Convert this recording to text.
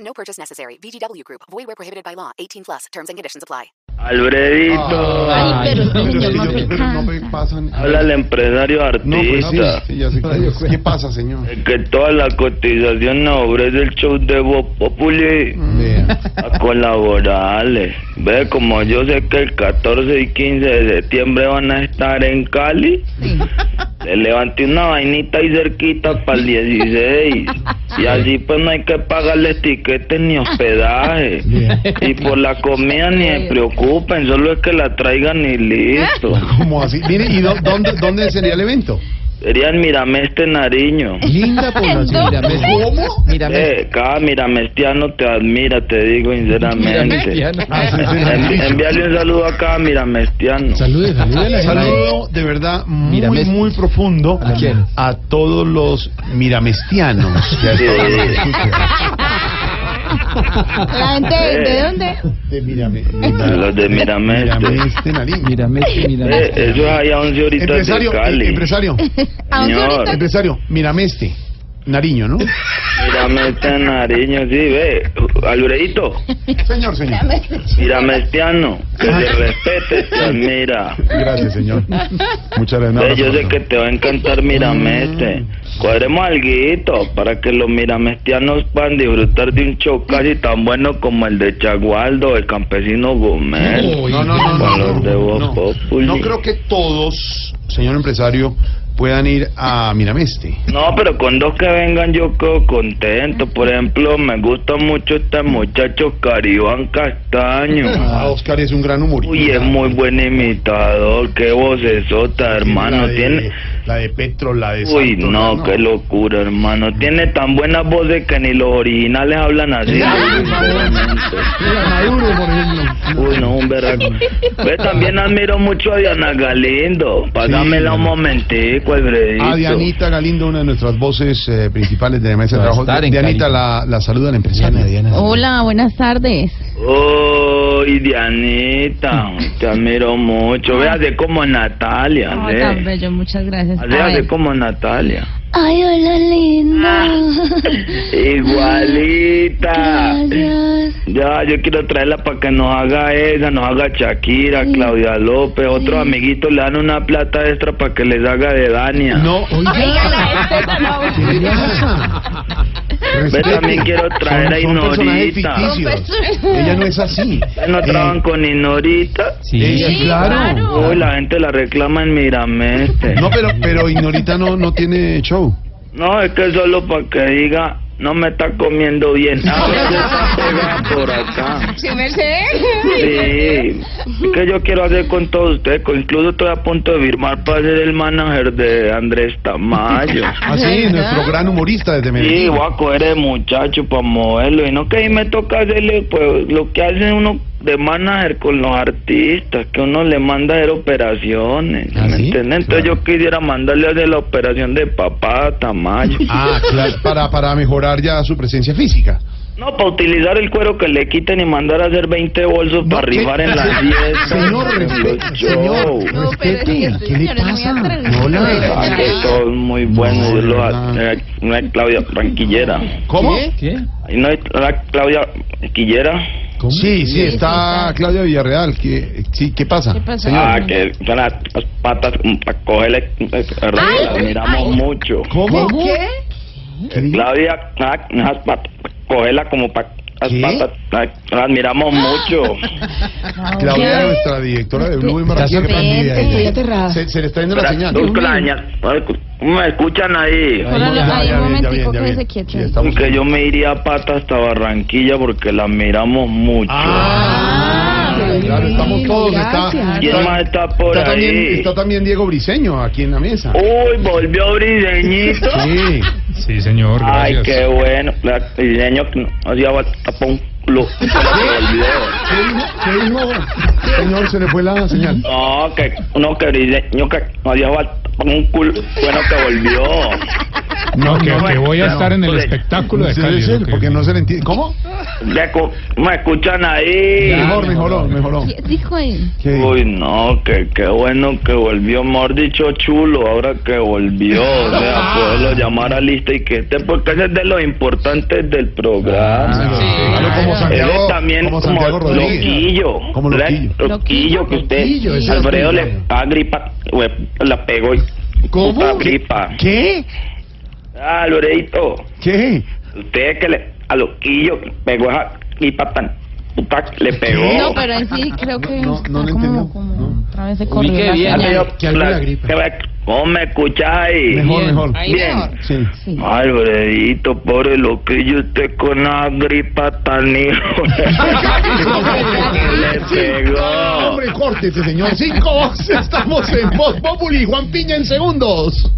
No purchase necessary. VGW Group. Void where prohibited by law. 18 plus. Terms and conditions apply. Alfredito, Ah. Ay, pero este Pero es niño que no yo- se pero no me cansa. pasan. habla el empresario No, pues sí, artista. sí, ya sé que- ¿Qué pasa, señor? El que toda la cotización a obras del show de Voz Populi Vea. a colaborarle. Ve, como yo sé que el 14 y 15 de septiembre van a estar en Cali, Sí. le levanté una vainita ahí cerquita para el 16. Y así pues no hay que pagarle tiquetes ni hospedaje. Y por la comida ni se preocupen, solo es que la traigan y listo. ¿Cómo así? Mire, ¿y dó- dónde, dónde sería el evento? Sería en Mirameste, Nariño. Linda población. ¿En dónde? ¿Cómo? Mírame. Eh, cada miramestiano te admira, te digo sinceramente. Ah, sí, sí, lo han Envi- dicho. envíale un saludo a cada miramestiano. Saludos, saludos. Saludo de verdad muy, Mirames- muy profundo ¿A quién? a todos los miramestianos. que a esta hora nos escuchan. La gente, ¿de Eh, dónde? De Mirame- A los de Mirameste. Mirameste, Nariño. Mírame, mírame. Eh, eso es allá 11 horitas de Empresario, eh, Cali. empresario, ¿A dónde Señor. ahorita? empresario, Mirameste, Nariño, ¿no? Mirameste, Nariño, sí, ve. Alfredito, Señor, señor. miramestiano, que te respete, te admira. Gracias, señor. Muchas gracias. Ve, nada yo más. sé que te va a encantar Mm. Mirameste. Cuadremos alguito para que los miramestianos puedan disfrutar de un show casi tan bueno como el de Chagualdo, el campesino Gómez. No, no, no, no, Con los de Voz no. Populi. No creo que todos, señor empresario, puedan ir a Mirameste. No, pero con dos que vengan yo quedo contento. Por ejemplo, me gusta mucho este muchacho Caribán Castaño. Ah, Oscar es un gran humorista. Uy, es muy buen imitador, qué vocesota, hermano. La de- Tiene... La de Petro, la de Uy, Santos, no, qué locura, hermano. Tiene tan buenas voces que ni los originales hablan así. Maduro, por ejemplo. Uy, no, un verano. Pues también admiro mucho a Diana Galindo. Págamela Sí. un momentico, Alfredito. A Dianita Galindo, una de nuestras voces eh, principales de la mesa de Va a trabajo. estar en Dianita, Cali. la, la saluda la empresaria. Hola, buenas tardes. Uy, Dianita, te admiro mucho. Véase como Natalia. Oh, ve. tan bello, muchas gracias. A Véase ver. como Natalia. Ay, hola linda. Igualita. Gracias. Ya, yo quiero traerla para que nos haga esa, nos haga Shakira, Claudia López, otros amiguitos le dan una plata extra para que les haga de Dania. No, Ah. Oiga, la este tan ¿qué le aburrido. pasa? Yo Respete. también quiero traer a Son- son personajes Ignorita. ficticios. Ella no es así. Ustedes ¿No traban con Ignorita? Eh, sí, Sí, claro. claro. Uy, la gente la reclama en Mirameste. No, pero, pero Ignorita no, no tiene show. No, es que solo para que diga, no me está comiendo bien. Ah, pero se está pegada por acá. Sí, Mercedes. Sí, es que yo quiero hacer con todos ustedes, con- incluso estoy a punto de firmar para ser el manager de Andrés Tamayo. Ah, Así, nuestro gran humorista desde Sí, Medellín. voy a coger el muchacho para moverlo. Y no que ahí me toca hacerle pues, lo que hace uno de manager con los artistas, que uno le manda a hacer operaciones. ¿Ah, ¿me sí? entiendes? Entonces Claro. yo quisiera mandarle a hacer la operación de papá a Tamayo. Ah, claro, para, para mejorar ya su presencia física. No, para utilizar el cuero que le quiten y mandar a hacer 20 bolsos para ¿qué? rifar en las 10. Señor, respete, señor. No, pero es que Respete. este ¿Qué le señor es muy pasa? atrevido. Hola. Aquí son muy buenos. No, yo los no. ad- eh, no es Claudia Franquillera. ¿Cómo? ¿Qué? Ay, No es la Claudia Franquillera. Sí, sí, está Claudia Villarreal. ¿Qué, sí, ¿qué pasa? ¿Qué pasa? Ah, que son las las patas para cogerle. eh, Las miramos mucho. ¿Cómo? ¿Qué? ¿Qué dijo? Claudia, ah, las patas, cogerla como para. Las ¿Qué? patas, ah, las miramos mucho. Ah, Claudia, nuestra directora de Blue en Barranquilla. ¿qué sorprendida, pasa? estoy aterrada. Se, se le está yendo la Las señal. dos clañas. ¿Me escuchan ahí? Hola, Ya, ahí, ya un bien, ya bien, momentico, ya quédese bien. quieto. Sí, estamos- Que yo me iría a pata hasta Barranquilla porque las miramos mucho. Ah, Ah, claro, Claro, estamos todos. Está, gracias. ¿Quién más está por está también, ahí? está también Diego Briseño aquí en la mesa. Uy, volvió Briseñito. Sí. Sí, señor, Oh. Ay, gracias. qué bueno. La- Briseño que no hacía falta pa' un culo. Volvió. ¿Qué dijo? ¿Qué dijo? Señor, se le fue la señal. No, que no, que Briseño que no hacía falta pa' un culo. Bueno, que volvió. No, que, no, que voy a no, estar en el no, espectáculo de Sí, sí, Cali. sí, es lo que- porque no se le entiende. ¿Cómo? Ya escu- me escuchan ahí. Mejor, mejoró, mejoró. ¿Qué dijo él? ¿Qué? Uy, no, que qué bueno que volvió, mejor dicho, chulo, ahora que volvió, o Ah. sea, poderlo llamar a lista y que esté, porque ese es de los importantes del programa. Ah. Claro, como Él es Santiago, también como como Santiago Rodríguez. loquillo, Como ¿verdad? loquillo. Loquillo, que usted, Loquillo, ese es Alfredo loquillo. le da gripa, güey, la pegó y ¿Cómo? puta gripa. ¿Qué? Ah, Loredito, ¿Qué? usted que le, a loquillo que pegó esa gripa tan puta que le pegó. No, pero en sí creo que No, no, no está le como, entendió. como No. otra vez se corrió Ubique la bien. señal. Alfredo. que alguna La- gripa. que la- ¿Cómo me escucháis? Mejor, mejor. Ahí Bien. mejor. Sí. Sí. Alfredito, pobre loquillo, usted con una gripa tan hijo. Le pegó. Hombre, córtese, señor. Cinco voces. Estamos en Voz Populi. Juan Piña en segundos.